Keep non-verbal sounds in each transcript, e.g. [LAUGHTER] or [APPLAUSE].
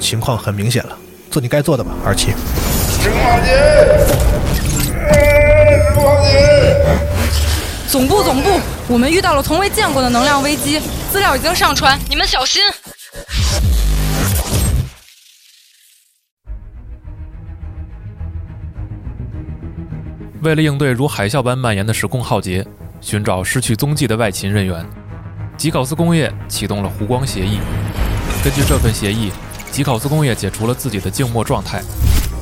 情况很明显了，做你该做的吧，二七。郑浩杰，郑浩杰，总部，总部，我们遇到了从未见过的能量危机，资料已经上传，你们小心。为了应对如海啸般蔓延的时空浩劫，寻找失去踪迹的外勤人员，吉考斯工业启动了湖光协议。根据这份协议，吉考斯工业解除了自己的静默状态，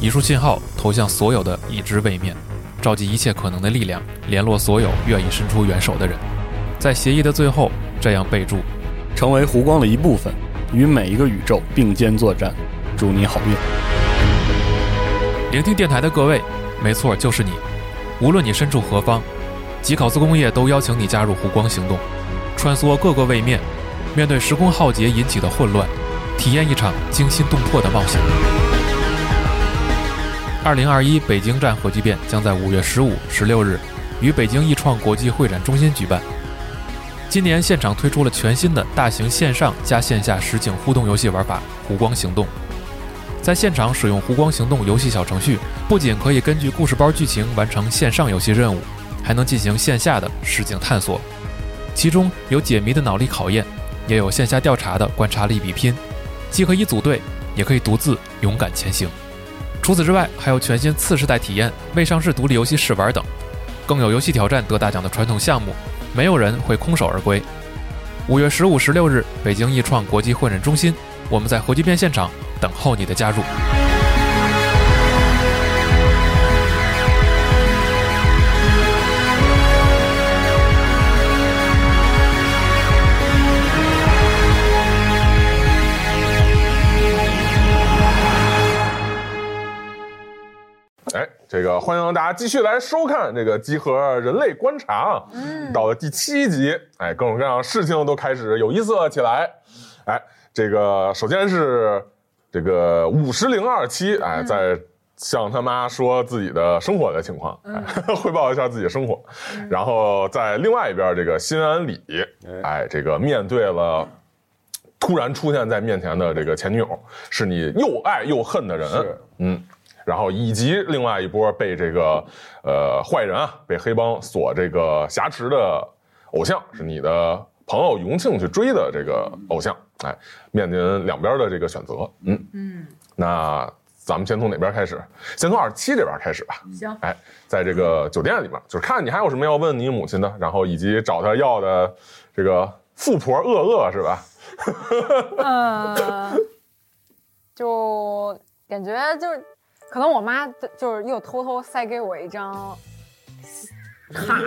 一束信号投向所有的已知位面，召集一切可能的力量，联络所有愿意伸出援手的人。在协议的最后，这样备注：成为湖光的一部分，与每一个宇宙并肩作战。祝你好运！聆听电台的各位，没错，就是你。无论你身处何方，吉考斯工业都邀请你加入湖光行动，穿梭各个位面，面对时空浩劫引起的混乱，体验一场惊心动魄的冒险。二零二一北京站火炬变将在五月十五、十六日于北京易创国际会展中心举办。今年现场推出了全新的大型线上加线下实景互动游戏玩法“湖光行动”。在现场使用“湖光行动”游戏小程序，不仅可以根据故事包剧情完成线上游戏任务，还能进行线下的实景探索。其中有解谜的脑力考验，也有线下调查的观察力比拼，既可以组队，也可以独自勇敢前行。除此之外，还有全新次世代体验、未上市独立游戏试玩等，更有游戏挑战得大奖的传统项目，没有人会空手而归。五月十五、十六日，北京易创国际会展中心，我们在核聚变现场等候你的加入。哎，这个欢迎大家继续来收看这个《集合人类观察》啊，到了第七集，哎，各种各样的事情都开始有意思了起来。哎，这个首先是这个五十零二七，哎，在向他妈说自己的生活的情况，哎、汇报一下自己的生活。然后在另外一边，这个新安里，哎，这个面对了。突然出现在面前的这个前女友，是你又爱又恨的人，嗯，然后以及另外一波被这个呃坏人啊，被黑帮所这个挟持的偶像，是你的朋友永庆去追的这个偶像，哎，面临两边的这个选择，嗯嗯，那咱们先从哪边开始？先从二七这边开始吧。行哎，在这个酒店里面，就是看你还有什么要问你母亲的，然后以及找她要的这个富婆恶恶是吧？呃，就感觉就是，可能我妈就是又偷偷塞给我一张卡，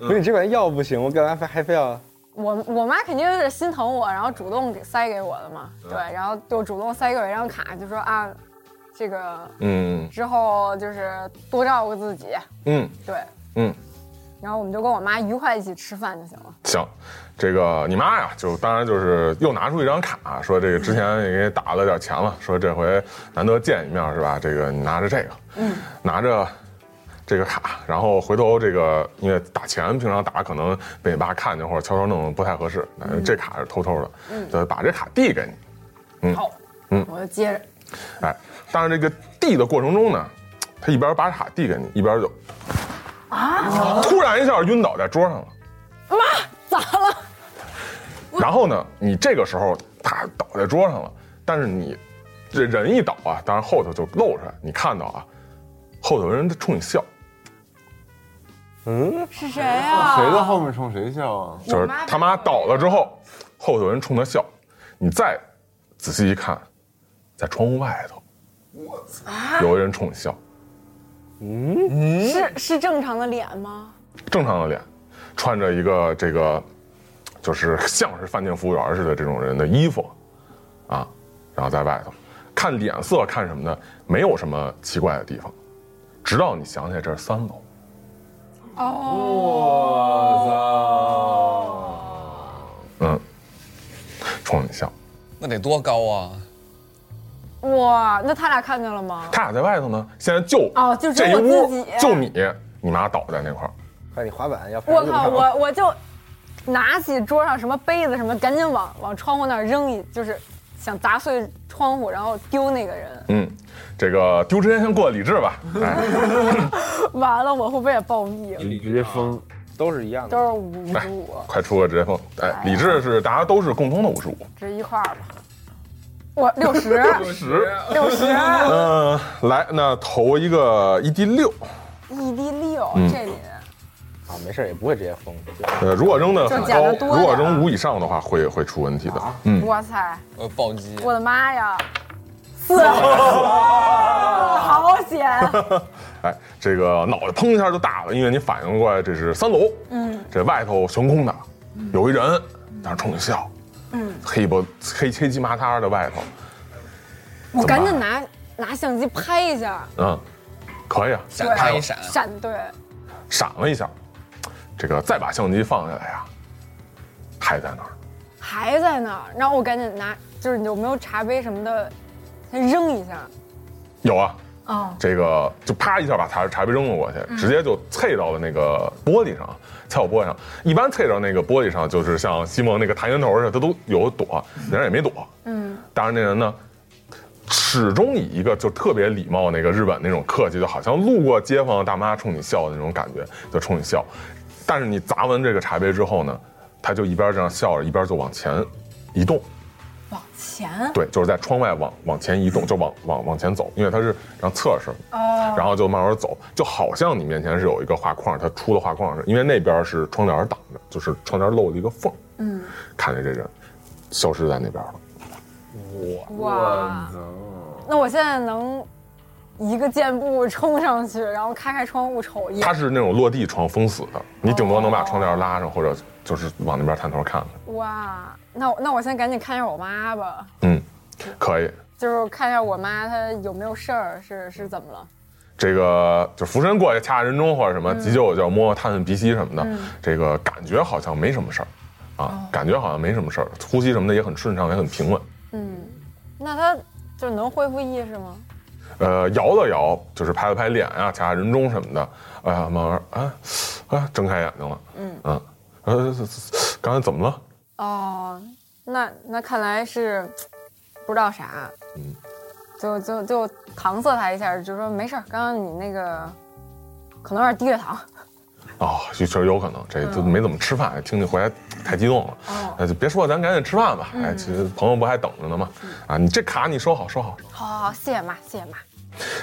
嗯不是你这管要不行，我干嘛非还非要？啊我我妈肯定是心疼我，然后主动给塞给我的嘛，对，然后就主动塞给我一张卡，就说啊，这个嗯之后就是多照顾自己，嗯对，嗯，然后我们就跟我妈愉快一起吃饭就行了。行，这个你妈呀，就当然就是又拿出一张卡，说这个之前也给你打了点钱了，说这回难得见一面是吧？这个你拿着这个，嗯，拿着这个卡，然后回头这个因为打钱平常打可能被你爸看见或者悄悄弄不太合适，那这卡是偷偷的，就把这卡递给你。好，嗯我就接着， [LAUGHS] 哎，但是这个递的过程中呢，他一边把卡递给你，一边就啊，突然一下晕倒在桌上了。咋了？然后呢，你这个时候他倒在桌上了，但是你这人一倒啊，当然后头就露出来，你看到啊，后头有人冲你笑，嗯，是谁呀、谁在后面冲谁笑啊？就是他妈倒了之后，后头有人冲他笑，你再仔细一看，在窗户外头，我啊操，有人冲你笑，是是正常的脸吗？正常的脸，穿着一个这个，就是像是饭店服务员似的这种人的衣服，啊，然后在外头，看脸色看什么的，没有什么奇怪的地方，直到你想起来这是三楼，嗯，冲你笑，那得多高啊！哇，那他俩看见了吗？他俩在外头呢，现在就哦就只这一有我屋自己就你，你妈倒在那块儿，快，你滑板要拍我就靠，看我我就拿起桌上什么杯子什么，赶紧往往窗户那儿扔一，就是想砸碎窗户，然后丢那个人。 [LAUGHS] 嗯，这个丢之前先过理智吧。哎， [LAUGHS] 完了，我会不会也暴毙啊？你直接封，都是一样都的。是五五十五，快出个直接封。哎，理智是大家都是共通的五十五，这一块儿吧。我六十，十。六十，嗯，来，那投一个一 d 六。一滴六，这里啊，没事儿，也不会直接封。就呃，如果扔的很就捡高得，多如果点儿扔五以上的话，会会出问题的。嗯，哇塞，呃，暴击，我的妈呀，四，好险！哎，这个脑袋砰一下就大了，因为你反应过来这是三楼，嗯，这外头悬空的，有一人在那冲你笑，嗯，黑不黑黑漆麻塌的外头，我赶紧拿拿相机拍一下，嗯，可以啊，闪开哎一闪，闪对，闪了一下，这个再把相机放下来呀、还在那儿，还在那儿。然后我赶紧拿，就是有没有茶杯什么的，先扔一下。有啊，哦，这个就啪一下把茶茶杯扔了过去，直接就啐到了那个玻璃上，啐我玻璃上。一般啐到那个玻璃上，就是像西蒙那个弹烟头似的，他都有躲，那人也没躲。嗯，但是那人呢，始终以一个就特别礼貌那个日本那种客气，就好像路过街坊的大妈冲你笑的那种感觉，就冲你笑。但是你砸完这个茶杯之后呢，他就一边这样笑着，一边就往前移动。往前，对，就是在窗外往往前移动，就往往往前走，因为它是让侧视，哦然后就慢慢走，就好像你面前是有一个画框，它出了画框是，因为那边是窗帘挡着，就是窗帘漏了一个缝，嗯，看见这人消失在那边了，哇！那我现在能一个箭步冲上去，然后开开窗户瞅一眼它。是那种落地窗封死的，你顶多能把窗帘拉上，或者就是往那边探头看看，哇，那我那我先赶紧看一下我妈吧，嗯，可以，就是看一下我妈她有没有事儿，是是怎么了？这个就俯身过去掐人中或者什么，急救就摸摸探探鼻息什么的，这个感觉好像没什么事儿，啊，感觉好像没什么事儿，呼吸什么的也很顺畅，也很平稳。嗯，那她就是能恢复意识吗？呃，摇了摇，就是拍了拍脸啊，掐人中什么的，哎呀，慢慢啊啊，睁开眼睛了，嗯嗯，呃，刚才怎么了？哦，那那看来是不知道啥，嗯就就就搪塞她一下，就说没事儿，刚刚你那个可能有点低血糖。哦，确实有可能，这就没怎么吃饭，听你回来太激动了，哎哦那就别说了，咱赶紧吃饭吧。哎，其实朋友不还等着呢吗？啊，你这卡你收好收好， [LAUGHS] 好好好，谢谢妈，谢谢妈。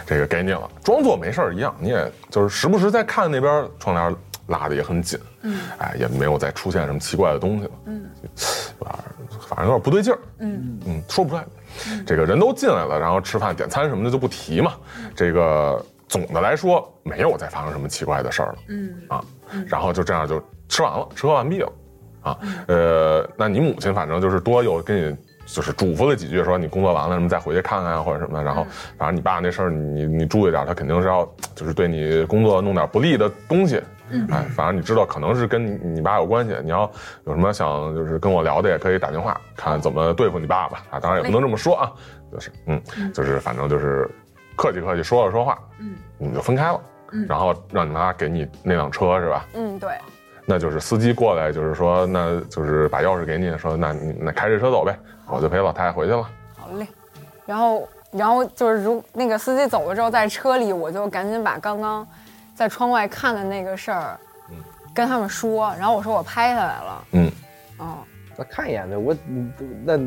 这个给你了，装作没事儿一样，你也就是时不时在看那边窗帘拉的也很紧，嗯，哎，也没有再出现什么奇怪的东西了，嗯，有点儿，反正有点不对劲儿，嗯嗯，说不出来。这个人都进来了，然后吃饭点餐什么的就不提嘛，这个总的来说没有再发生什么奇怪的事儿了，嗯啊，然后就这样就吃完了，吃喝完毕了。啊，呃，那你母亲反正就是多有跟你就是嘱咐了几句，说你工作完了什么再回去看看啊或者什么的。然后反正你爸那事儿你你注意点儿，他肯定是要就是对你工作弄点不利的东西。嗯，哎，反正你知道可能是跟你你爸有关系，你要有什么想就是跟我聊的也可以打电话，看怎么对付你爸吧。啊，当然也不能这么说啊，就是嗯，就是反正就是客气客气说了说话，嗯，你们就分开了。然后让你妈给你那辆车是吧？嗯，对，那就是司机过来，就是说，那就是把钥匙给你，说那你那开这车走呗，我就陪老太太回去了。好嘞。然后然后就是如那个司机走了之后，在车里我就赶紧把刚刚在窗外看的那个事儿，跟他们说。然后我说我拍下来了，嗯，嗯，那看一眼呗，我嗯那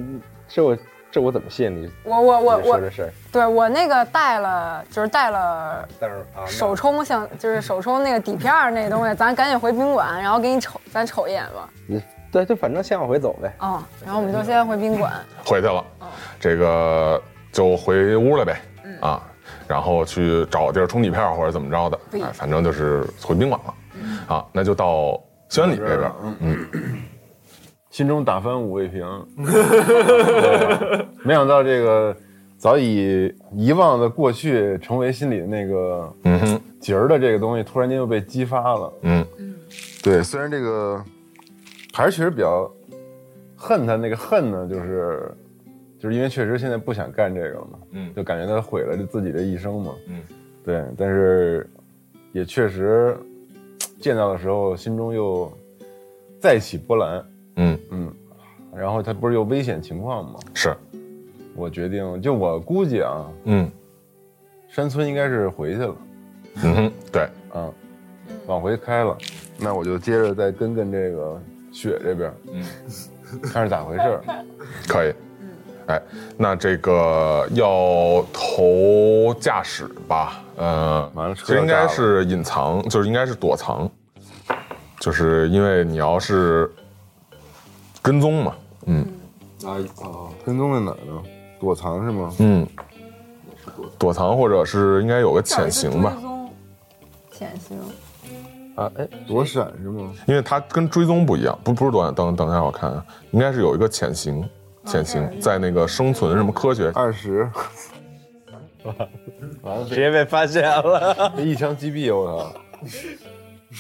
这我这我怎么信你？我我我你说我这，事儿，对我那个带了，就是带了。但是啊，手冲像就是手冲那个底片儿那东西，咱赶紧回宾馆，然后给你瞅，咱瞅一眼吧。你对，就反正先往回走呗。嗯，然后我们就先回宾馆。回去了，这个就回屋了呗，啊，然后去找地儿充底票或者怎么着的，对哎，反正就是回宾馆了，啊，那就到宣礼这边，心中打翻五 [LAUGHS] 味瓶。没想到这个早已遗忘的过去，成为心里的那个嗯哼，结儿的这个东西，突然间又被激发了。嗯，对，虽然这个还是确实比较恨他那个恨呢，就是就是因为确实现在不想干这个了嘛，嗯就感觉他毁了这自己的一生嘛，嗯，对，但是也确实见到的时候，心中又再起波澜，嗯，嗯，然后他不是有危险情况吗？是，我决定，就我估计啊，嗯山村应该是回去了，嗯哼，对，嗯，往回开了。那我就接着再跟跟这个雪这边，嗯，看是咋回事儿。可以。哎，那这个要投驾驶吧，呃，完了车这应该炸了是隐藏，就是应该是躲藏，就是因为你要是跟踪嘛，嗯啊哦，跟踪在哪儿呢？躲藏是吗？嗯，躲藏或者是应该有个 [LAUGHS] 潜行吧追，踪，潜行，啊，哎，躲闪是吗？因为它跟追踪不一样，不不是躲闪，等等一下我看啊，应该是有一个潜行，潜行在那个生存什么科学，二十，完 [LAUGHS] 了，直接被发现了，嗯一枪击毙我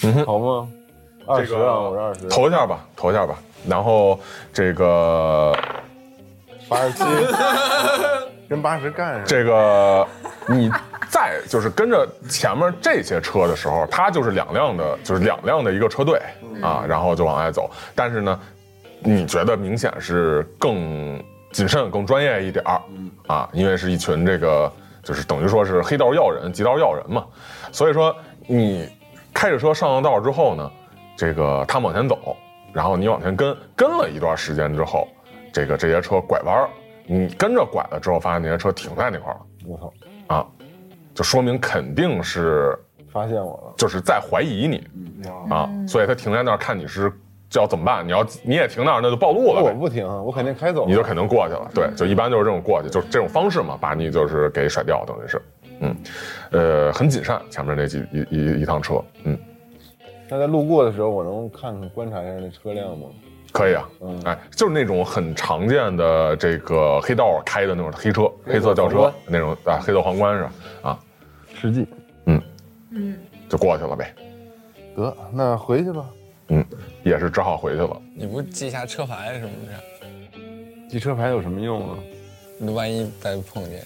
操！好吗？二十啊，我是二十，投一下吧，投一下吧，然后这个八十七，跟八十干上。这个你再就是跟着前面这些车的时候，它就是两辆的，就是两辆的一个车队啊，然后就往外走。但是呢，你觉得明显是更谨慎、更专业一点儿啊，因为是一群这个就是等于说是黑道要人、极道要人嘛，所以说你开着车上了道之后呢，这个他们往前走，然后你往前跟，跟了一段时间之后，这个这些车拐弯儿，你跟着拐了之后，发现那些车停在那块儿了。我操，啊，就说明肯定是发现我就是在怀疑你、嗯啊，所以他停在那儿看你是要怎么办，你要你也停那儿那就暴露了，了我呗，不停，啊我肯定开走。你就肯定过去了。对，就一般就是这种过去，就是这种方式嘛，把你就是给甩掉，等于是，嗯，呃，很谨慎前面那几一一一趟车，嗯，那在路过的时候，我能看看观察一下那车辆吗？可以啊，嗯哎，就是那种很常见的这个黑道开的那种黑车，黑色轿车那种啊，黑色皇冠是吧啊，实际就过去了呗，得，那回去吧。嗯，也是只好回去了。你不记一下车牌什么的，记车牌有什么用啊？你万一再碰见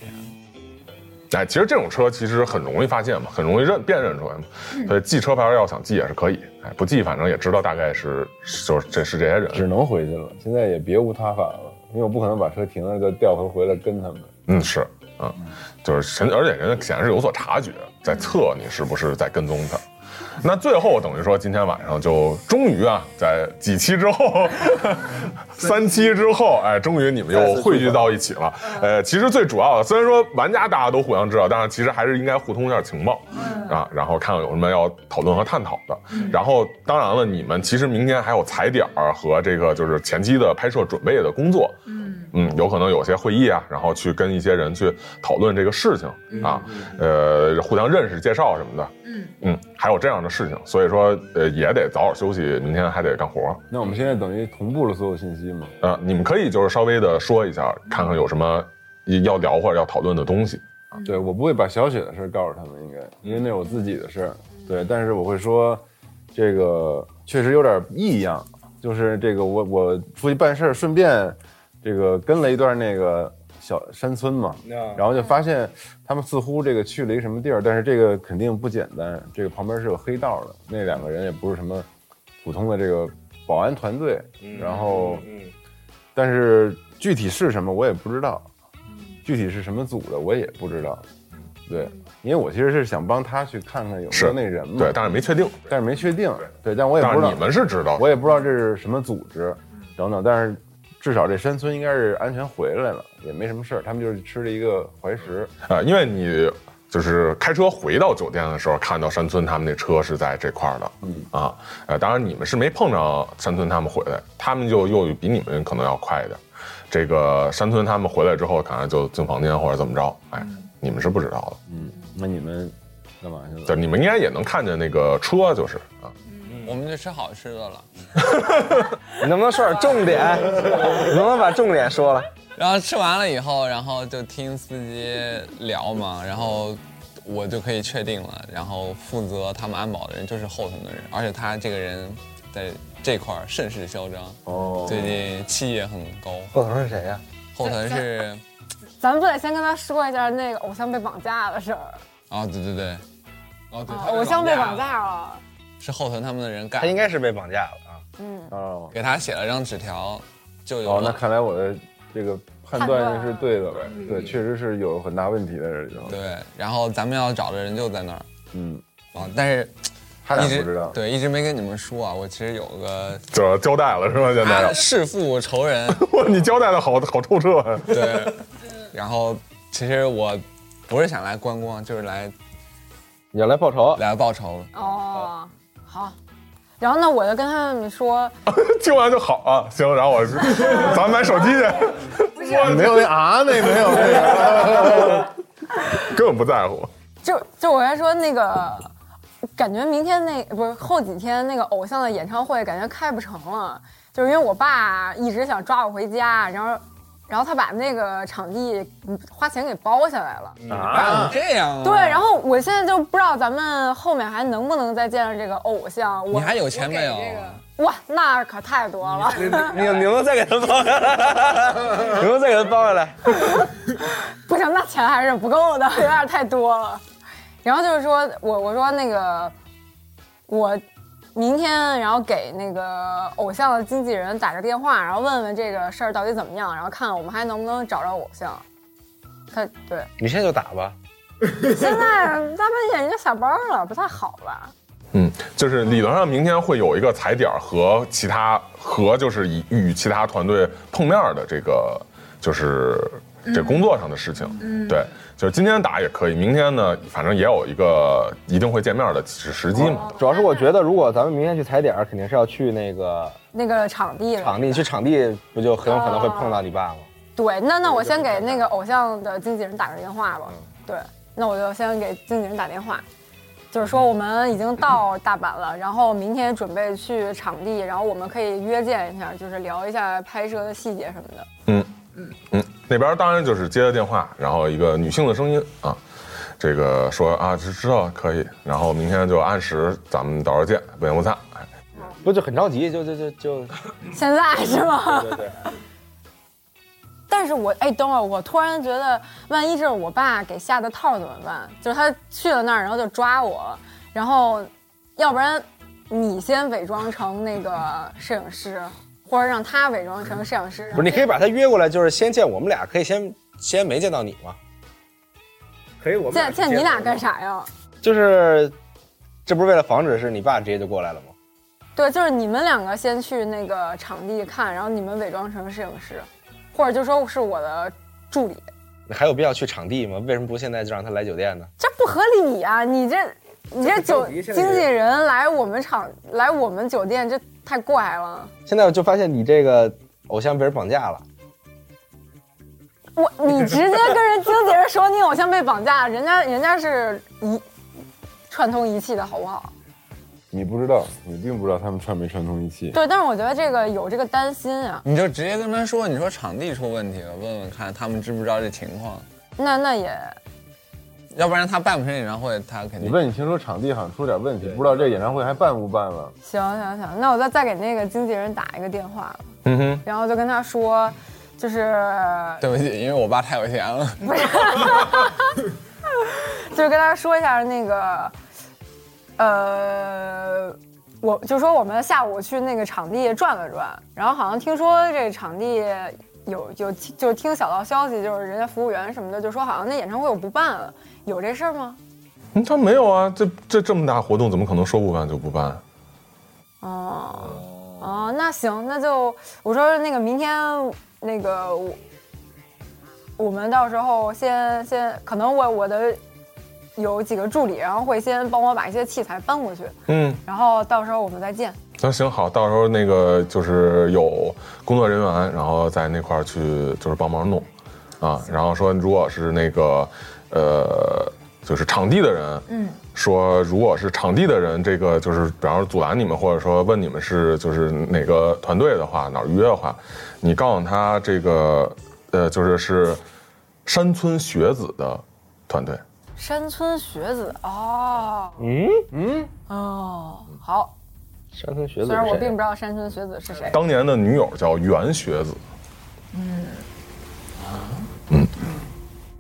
啥？哎，其实这种车其实很容易发现嘛，很容易认辨认出来嘛，所以记车牌要想记也是可以，哎，不记反正也知道大概是是就是这是这些人，只能回去了，现在也别无他法了，因为我不可能把车停那儿再调回回来跟他们。嗯是，嗯，就是人，而且人家显然是有所察觉，在测你是不是在跟踪他。那最后等于说今天晚上就终于啊，在几期之后， [LAUGHS] 三期之后，哎，终于你们又汇聚到一起了。呃，其实最主要的，虽然说玩家大家都互相知道，但是其实还是应该互通一下情报啊，然后看看有什么要讨论和探讨的。然后当然了，你们其实明天还有踩点儿和这个就是前期的拍摄准备的工作，嗯，有可能有些会议啊，然后去跟一些人去讨论这个事情嗯啊，呃，互相认识、介绍什么的，嗯还有这样的事情，所以说呃也得早点休息，明天还得干活儿那我们现在等于同步了所有信息吗？啊。你们可以就是稍微的说一下，看看有什么要聊或者要讨论的东西。对，我不会把小雪的事儿告诉他们，应该，因为那是我自己的事儿。对，但是我会说，这个确实有点异样，就是这个我我出去办事儿，顺便这个跟了一段那个小山村嘛，然后就发现他们似乎这个去了一个什么地儿，但是这个肯定不简单，这个旁边是有黑道的，那两个人也不是什么普通的这个保安团队，然后，但是具体是什么我也不知道。具体是什么组的我也不知道。对，因为我其实是想帮他去看看有没是有那人嘛，对，但是没确定，但是没确定。对，但我嗯也但不知是道你，们是知道的我也不知道这是什么组织，等等。但是至少这山村应该是安全回来了，也没什么事儿。他们就是吃了一个怀石，啊，因为你就是开车回到酒店的时候，看到山村他们那车是在这块儿的，嗯啊，呃，当然你们是没碰着山村他们回来，他们就又比你们可能要快一点。这个山村他们回来之后，可能就进房间或者怎么着，哎，你们是不知道的，嗯，那你们干嘛去了？就你们应该也能看见那个车，就是啊，我们就吃好吃的了，你嗯 [LAUGHS] 能不能说点重点？能不能把重点说了？然后吃完了以后，然后就听司机聊嘛，然后我就可以确定了，然后负责他们安保的人就是后头的人，而且他这个人在这块儿甚是嚣张，哦，最近气焰很高。后头是谁呀、后头是咱们不得先跟他说一下那个偶像被绑架的 [LAUGHS] 事儿，啊，对对对，哦对，他偶像被绑了架啊了，是后头他们的人他应干，该是被绑架了啊！哦，给他写了张纸条，就有哦，那了看来我的这个判断嗯是对的，对，确实是有很大问题在这里头。对，然后咱们要找的人就在那儿嗯，啊，但是他俩一直不知道对，一直没跟你们说啊。我其实有个就是交代了是吧？现啊在弑父仇人，哇，你交代的好好透彻 [LAUGHS] 啊。对，然后其实我不是想来观光，就是来你要来报仇，来报仇的。哦，好。然后呢，我就跟他们说，听完就好啊，行，然后我咱们买手机去，没有那啊，那没有那个。 [LAUGHS] 根本不在乎。就就我还说那个，感觉明天那不是后几天那个偶像的演唱会，感觉开不成了，就是因为我爸一直想抓我回家，然后然后他把那个场地嗯花钱给包下来了。啊，这样啊？对，然后我现在就不知道咱们后面还能不能再见到这个偶像。我你还有钱没有？啊哇，那可太多了。 [LAUGHS] 你你能不能再给他包下来？ [LAUGHS] 能不能再给他包下来？不行，那钱还是不够的，有 [LAUGHS] 点太多了。然后就是说我我说那个我明天然后给那个偶像的经纪人打个电话，然后问问这个事儿到底怎么样，然后看看我们还能不能找着偶像。他 [LAUGHS] 对，你现在就打吧。现在大半夜人家下班了，不太好吧？嗯，就是理论上明天会有一个踩点儿和其他和就是以与其他团队碰面儿的这个就是这工作上的事情。嗯，对，就是今天打也可以，明天呢反正也有一个一定会见面的时时机哦嘛。主要是我觉得如果咱们明天去踩点儿，肯定是要去那个那个场地了。场地，去场地不就很有可能会碰到你爸吗？对，那那我先给那个偶像的经纪人打个电话吧。对，那我就先给经纪人打电话，就是说我们已经到大阪了，然后明天准备去场地，然后我们可以约见一下，就是聊一下拍摄的细节什么的。嗯，那边当然就是接了电话，然后一个女性的声音啊，这个说啊知知道可以，然后明天就按时咱们到时候见，不见不散。哎不就很着急，就就就就，现在是吗？对对， [LAUGHS] 但是我哎，等会儿我突然觉得，万一这是我爸给下的套怎么办？就是他去了那儿，然后就抓我，然后要不然你先伪装成那个摄影师，或者让他伪装成摄影师。不是，你可以把他约过来，就是先见我们俩，可以先先没见到你吗？可以我见见你俩干？啥呀？就是，这不是为了防止是你爸直接就过来了吗？对，就是你们两个先去那个场地看，然后你们伪装成摄影师，或者就说是我的助理，还有必要去场地吗？为什么不现在就让他来酒店呢？这不合理啊！你这你这酒经纪人来我们厂来我们酒店，这太怪了。现在我就发现你这个偶像被人绑架了，我你直接跟人经纪人说你偶像被绑架，人家人家是一串通一气的好不好？你不知道，你并不知道他们串没串通一气。对，但是我觉得这个有这个担心啊，你就直接跟他说，你说场地出问题了，问问看他们知不知道这情况，那那也要不然他办不成演唱会，他肯你定问你听说场地好像出点问题，不知道这演唱会还办不办了？行行行，那我再再给那个经纪人打一个电话。嗯哼，然后就跟他说，就是对不起，因为我爸太有钱了。就是跟他说一下那个，呃，我就说我们下午去那个场地转了转，然后好像听说这场地有有就是听小道消息，就是人家服务员什么的就说好像那演唱会我不办了，有这事儿吗？嗯他没有啊，这这这么大活动怎么可能说不办就不办？啊哦哦，那行，那就我说那个明天那个我我们到时候先先，可能我我的有几个助理，然后会先帮我把一些器材搬过去，嗯，然后到时候我们再见。那行好，到时候那个就是有工作人员，然后在那块儿去就是帮忙弄，啊，然后说如果是那个，呃，就是场地的人，嗯，说如果是场地的人，这个就是比方说阻拦你们，或者说问你们是就是哪个团队的话，哪儿约的话，你告诉他这个，呃，就是是山村学子的团队，山村学子哦，嗯嗯哦，好，山村学子虽然我是并谁不知道山村学子是谁，当年的女友叫袁学子，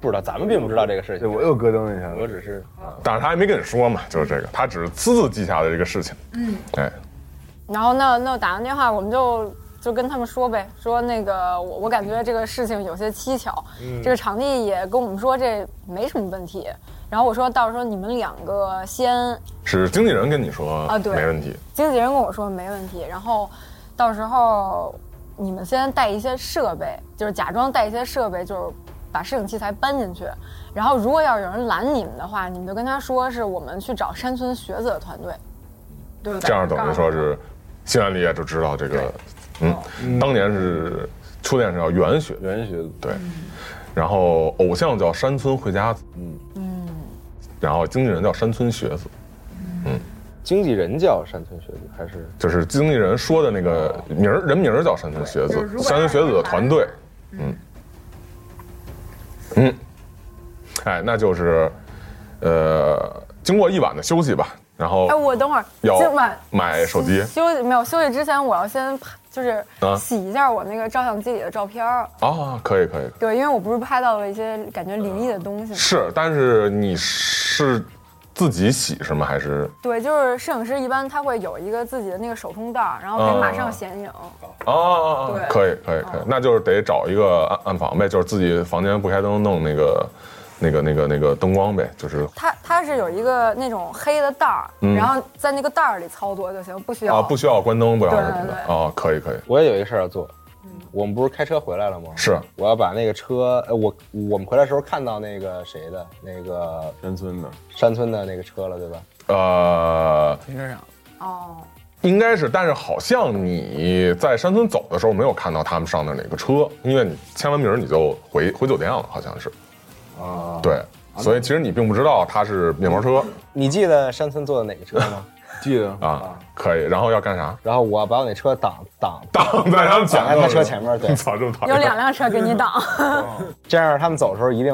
不知道，咱们并不知道这个事对，情。我又咯噔一下我了。只是但是他还没跟你说嘛，就是这个，他只是私自记下的这个事情。嗯，哎，然后那那我打完电话，我们就就跟他们说呗，说那个我我感觉这个事情有些蹊跷，嗯这个场地也跟我们说这没什么问题。然后我说到时候你们两个先是经纪人跟你说啊对没问题，经纪人跟我说没问题，然后到时候你们先带一些设备，就是假装带一些设备，就是把摄影器材搬进去。然后如果要有人拦你们的话，你们就跟他说是我们去找山村学子的团队，对不对？这样等告于诉说是心安理解就知道这个，嗯，当年是初恋是叫原学，原学对，嗯然后偶像叫山村惠佳子，嗯嗯，然后经纪人叫山村学子，嗯，经纪人叫山村学子还是？就是经纪人说的那个名儿，人名儿叫山村学子对就是如，果山村学子的团队，嗯，嗯，哎，那就是，呃，经过一晚的休息吧，然后哎，我等会儿要今晚买手机休息没有休息之前，我要先拍就是啊洗一下我那个照相机里的照片儿。啊，可以可以，对，因为我不是拍到了一些感觉灵异的东西吗？是，但是你是自己洗是吗？还是对，就是摄影师一般他会有一个自己的那个手冲袋儿，然后可以马啊上显影。哦，对可以可以可以，那就是得找一个暗暗房呗，就是自己房间不开灯，弄那个那个那个那个灯光呗，就是它它是有一个那种黑的袋儿，嗯然后在那个袋儿里操作就行，不需要。啊，不需要关灯，不要什么对的对啊，可以可以，我也有一个事儿要做。我们不是开车回来了吗？是，我要把那个车，呃我我们回来的时候看到那个谁的那个山村的山村的那个车了，对吧？呃，停车场哦，应该是，但是好像你在山村走的时候没有看到他们上的哪个车，因为你签完名儿你就回回酒店了，好像是，啊，对，所以其实你并不知道他是面包车你记得山村坐的哪个车吗？ [LAUGHS] 记得啊，可以，然后要干啥？然后我把我那车挡挡挡在他们前面挡在他啊车前面，对，操，这么讨有两辆车给你挡。这样他们走的时候一定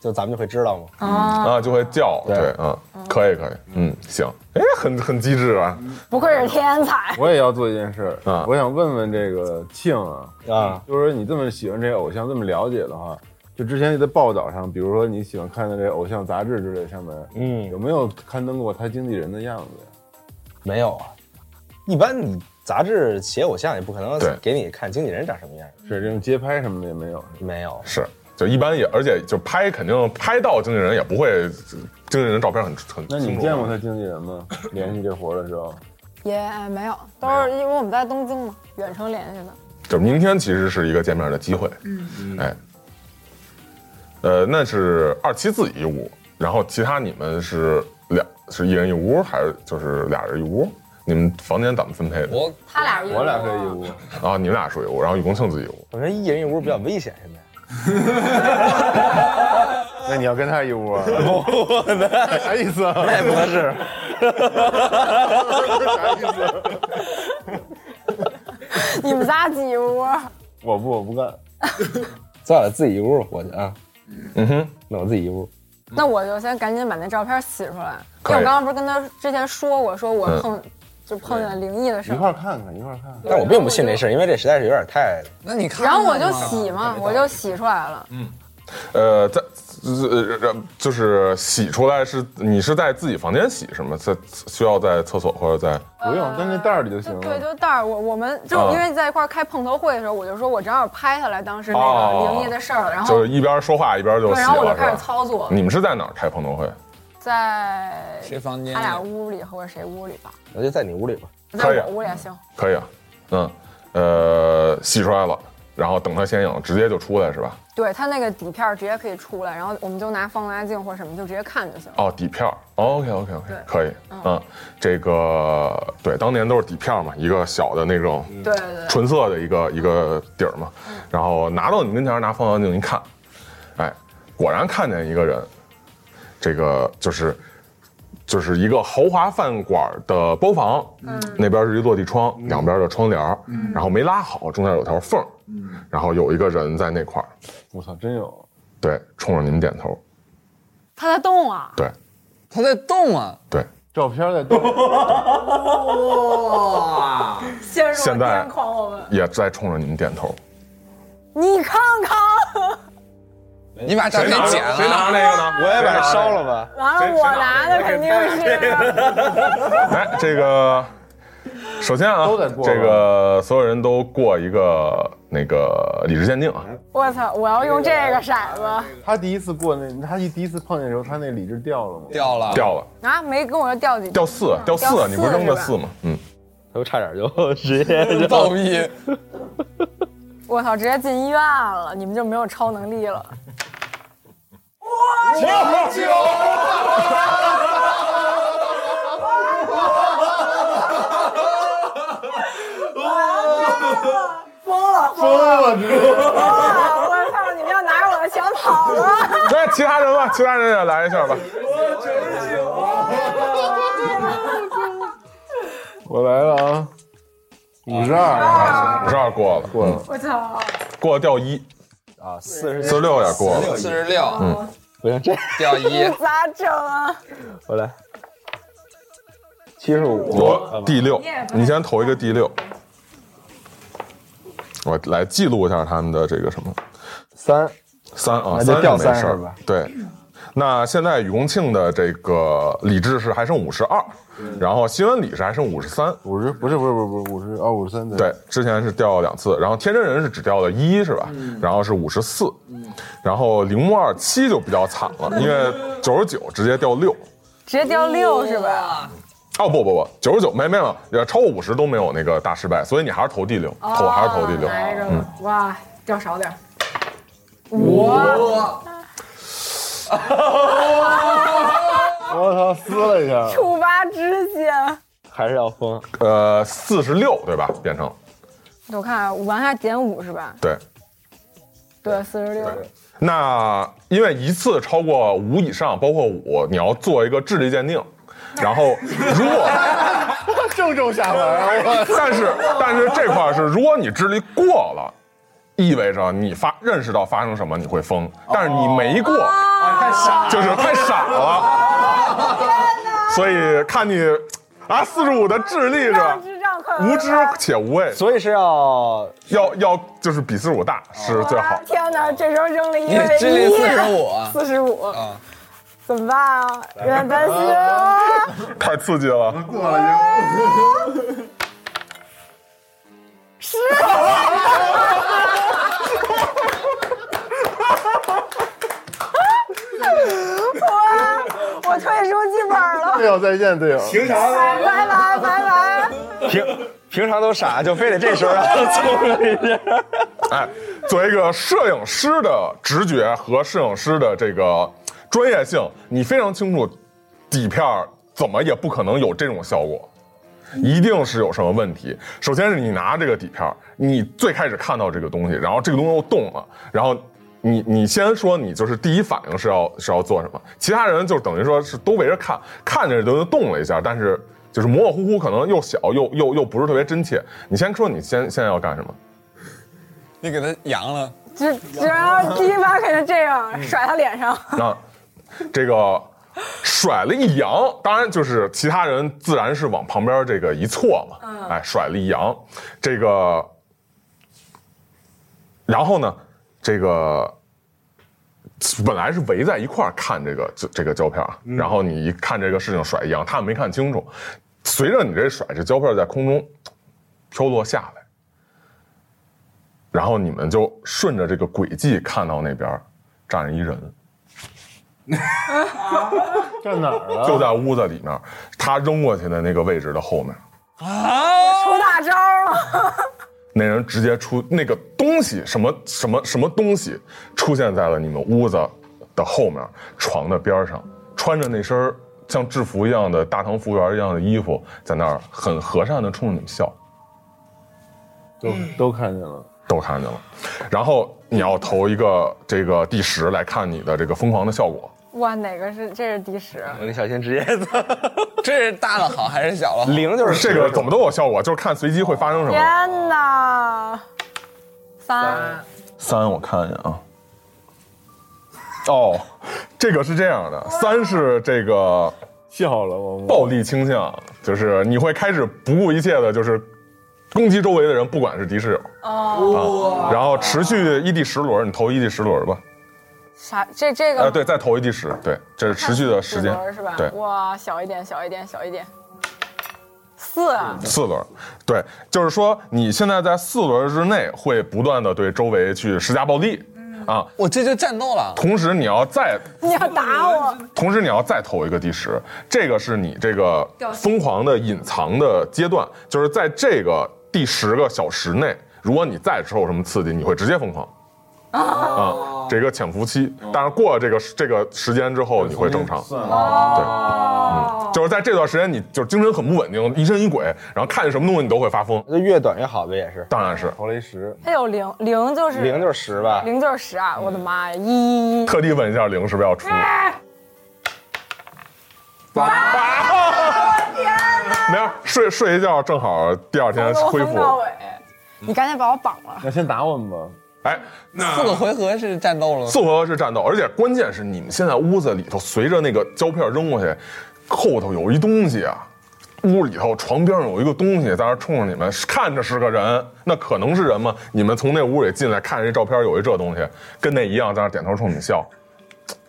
就咱们就会知道嘛。 [LAUGHS] 啊，啊，就会叫，对，嗯，可以可以，嗯，行，哎，很很机智啊，嗯不愧是天才。我也要做一件事啊，我想问问这个庆啊，啊，就是你这么喜欢这个偶像，这么了解的话，就之前在报道上，比如说你喜欢看的这个偶像杂志之类上面，嗯，有没有刊登过他经纪人的样子呀？没有啊，一般你杂志写偶像也不可能对给你看经纪人长什么样，是这种街拍什么的也没有，没有，是，就一般也，而且就拍肯定拍到经纪人也不会，经纪人照片很很，啊那你见过他经纪人吗？ [COUGHS] 联系这活儿的时候，也没有，都是因为我们在东京嘛，远程联系的。就是明天其实是一个见面的机会，嗯哎，呃，那是二七自己一屋，然后其他你们是俩是一人一屋，还是就是俩人一屋？你们房间怎么分配的？我他俩一屋我俩是一屋，啊，你们俩睡一屋，然后于公庆自己一屋。我觉得一人一屋比较危险。现在那你要跟他一屋啊？我的啥意思啊？那也不合适。啥意思？你们仨几屋？ [LAUGHS] 我不我不干，算了，自己一屋我就啊，嗯哼，那我自己一屋。那我就先赶紧把那照片洗出来，可因以为我刚刚不是跟他之前说过，说我嗯碰就碰见灵异的事一儿。块儿看看，一块儿看看。 [LAUGHS] 但我并不信这事儿，因为这实在是有点太……那你看然后我就洗嘛，我就洗出来了。呃，在呃就是洗出来是你是在自己房间洗是吗？在需要在厕所或者在不用，在那袋儿里就行了。对，就袋儿，我我们就啊因为在一块儿开碰头会的时候，我就说我正好拍下来当时那哦个灵异的事儿了，然就后是一边说话一边就对，洗然后我就了是开始吧？操作，你们是在哪儿开碰头会？在谁房间他俩屋里或者谁屋里吧，我就在你屋里吧。在可以啊我屋里也行。可以啊，嗯，呃，洗出来了，然后等它显影，直接就出来是吧？对他那个底片儿直接可以出来，然后我们就拿放大镜或者什么就直接看就行。哦，底片儿、o k OK OK，对可以，嗯，这个对，当年都是底片儿嘛，一个小的那种，对对对纯色的一个一个底儿嘛，然后拿到你跟前儿拿放大镜一看，哎，果然看见一个人，这个就是就是一个豪华饭馆的包房，那边是一落地窗，两边的窗帘儿，然后没拉好，中间有条缝儿，然后有一个人在那块儿，我操，真有！对，冲着你们点头，他在动啊，对他在动啊，对，照片在动。哇！陷入了现在癫狂，我们也在冲着你们点头。你看看，你把照片剪啊了，谁拿那个呢？我也把烧了吧。完了我拿的肯定是。哎，这个首先啊，都得过吧这个所有人都过一个那个理智鉴定啊。哎我操！我要用这个骰子他第一次过那，他一第一次碰见的时候，他那理智掉了吗？掉了掉了，啊，没跟我说掉几掉四，啊掉四，你不是扔的四？吧吗？嗯，他就差点就直接就暴毙。我操！直接进医院了，你们就没有超能力了。疯了！疯了！我操！你们要拿着我的想跑了！那其他人吧，其他人也来一下 [LAUGHS] 吧。我来了啊，五十二，五十二过了，嗯过了，我操！过了掉一，啊，四十四十六也过了，四十六，嗯，不行，这掉一，咋整啊？我来七十五，我第六，你先投一个第六，我来记录一下他们的这个什么三，三啊，那就掉是没三事是儿吧？对，那现在宇公庆的这个理智是还剩五十二，然后新闻理是还剩五十三，嗯五十不是不是不是不是五十啊五十三对对，之前是掉了两次，然后天真人是只掉了一，是吧？嗯然后是五十四，然后铃木二七就比较惨了，因为九十九直接掉六。直接掉六 [LAUGHS] 是吧？哦不不不，九十九没没有，也超过五十都没有那个大失败，所以你还是投第六，哦投还是投第六。来一个嗯，哇，掉少点儿。哇，我操撕了一下，触发之线。还是要疯。呃，四十六对吧？变成我看啊，完还减五是吧？对，对，四十六。那因为一次超过五以上，包括五，你要做一个智力鉴定。然后，如 [LAUGHS] 果正中下怀， [LAUGHS] 我但是但是这块儿是，如果你智力过了，意味着你发认识到发生什么你会疯，但是你没过，哎太傻了，就是太傻 [LAUGHS] 了。所以看你啊，四十五的智力是吧？智障快无知且无畏，所以是要要要就是比四十五大是最好。天哪，这时候扔了一你个智力一四十五，四十五啊，怎么办啊？有点担心啊。太刺激了！我退出剧本了，队友再见队友，行，拜拜拜拜。平平常都傻，就非得这时候让他聪明一点。哎，作为一个摄影师的直觉和摄影师的这个专业性，你非常清楚底片儿怎么也不可能有这种效果，一定是有什么问题。首先是你拿这个底片儿，你最开始看到这个东西，然后这个东西又动了，然后。你你先说，你就是第一反应是要是要做什么？其他人就等于说是都围着看，看着都动了一下，但是就是模模糊糊，可能又小又又又不是特别真切。你先说，你先现在要干什么？你给他扬了，只只要第一把肯定这样，甩他脸上。 [LAUGHS] 那这个甩了一扬，当然就是其他人自然是往旁边这个一错嘛，哎，甩了一扬，这个，然后呢，这个本来是围在一块儿看这个这这个胶片啊，然后你一看这个事情甩一扬，他们没看清楚，随着你这甩，这胶片在空中飘落下来。然后你们就顺着这个轨迹看到那边儿站着一人，站哪儿了？就在屋子里面，他扔过去的那个位置的后面，出大招了，那人直接出那个东西，什么什么什么东西出现在了你们屋子的后面床的边上，穿着那身像制服一样的大堂服务员一样的衣服，在那儿很和善的冲着你们笑， [LAUGHS] 都都看见了，都看见了。然后你要投一个这个第十来看你的这个疯狂的效果，哇，哪个是这是第十？你小心直接 [LAUGHS] 这是大的好还是小的好？零就是这个怎么都有效果，就是看随机会发生什么。天哪，三，三，我看一眼啊。哦，这个是这样的，三是这个笑了我暴力倾向，就是你会开始不顾一切的，就是攻击周围的人，不管是敌是友。哦、然后持续一第十轮，你投一第十轮吧。啥？这这个呃，对，再投一第十，对，这是持续的时间嗯四轮是吧？对，哇，小一点，小一点，小一点，四啊，四轮，对，就是说你现在在四轮之内会不断的对周围去施加暴力，嗯啊，我这就战斗了。同时你要再，你要打我，同时你要再投一个第十，这个是你这个疯狂的隐藏的阶段，就是在这个第十个小时内，如果你再受什么刺激，你会直接疯狂。啊、这个潜伏期，但是过了这个这个时间之后，你会正常。对，嗯，就是在这段时间，你就是精神很不稳定，疑神疑鬼，然后看什么东西你都会发疯。那越短越好呗，也是。当然是，投了一十，它有零零就是零就是十吧。零就是十啊，我的妈呀，一一一，特地问一下零是不是要出。 [LAUGHS] 没事，睡睡一觉，正好第二天啊恢从头到复尾。你赶紧把我绑了，那先打我们吧。哎，那四个回合是战斗了吗？四 [LAUGHS] 回合是战斗，而且关键是你们现在屋子里头，随着那个胶片扔过去，后头有一东西啊，屋里头床边上有一个东西在那冲着你们，看着是个人，那可能是人吗？你们从那屋里进来，看着这照片有一这东西，跟那一样在那点头冲你笑，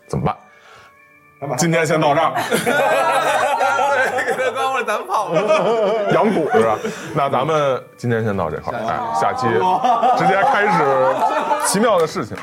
怎么办？今天先到这儿，给他关了，咱跑了。 [LAUGHS] 养蛊是吧？那咱们今天先到这块儿，哎，下期直接开始奇妙的事情。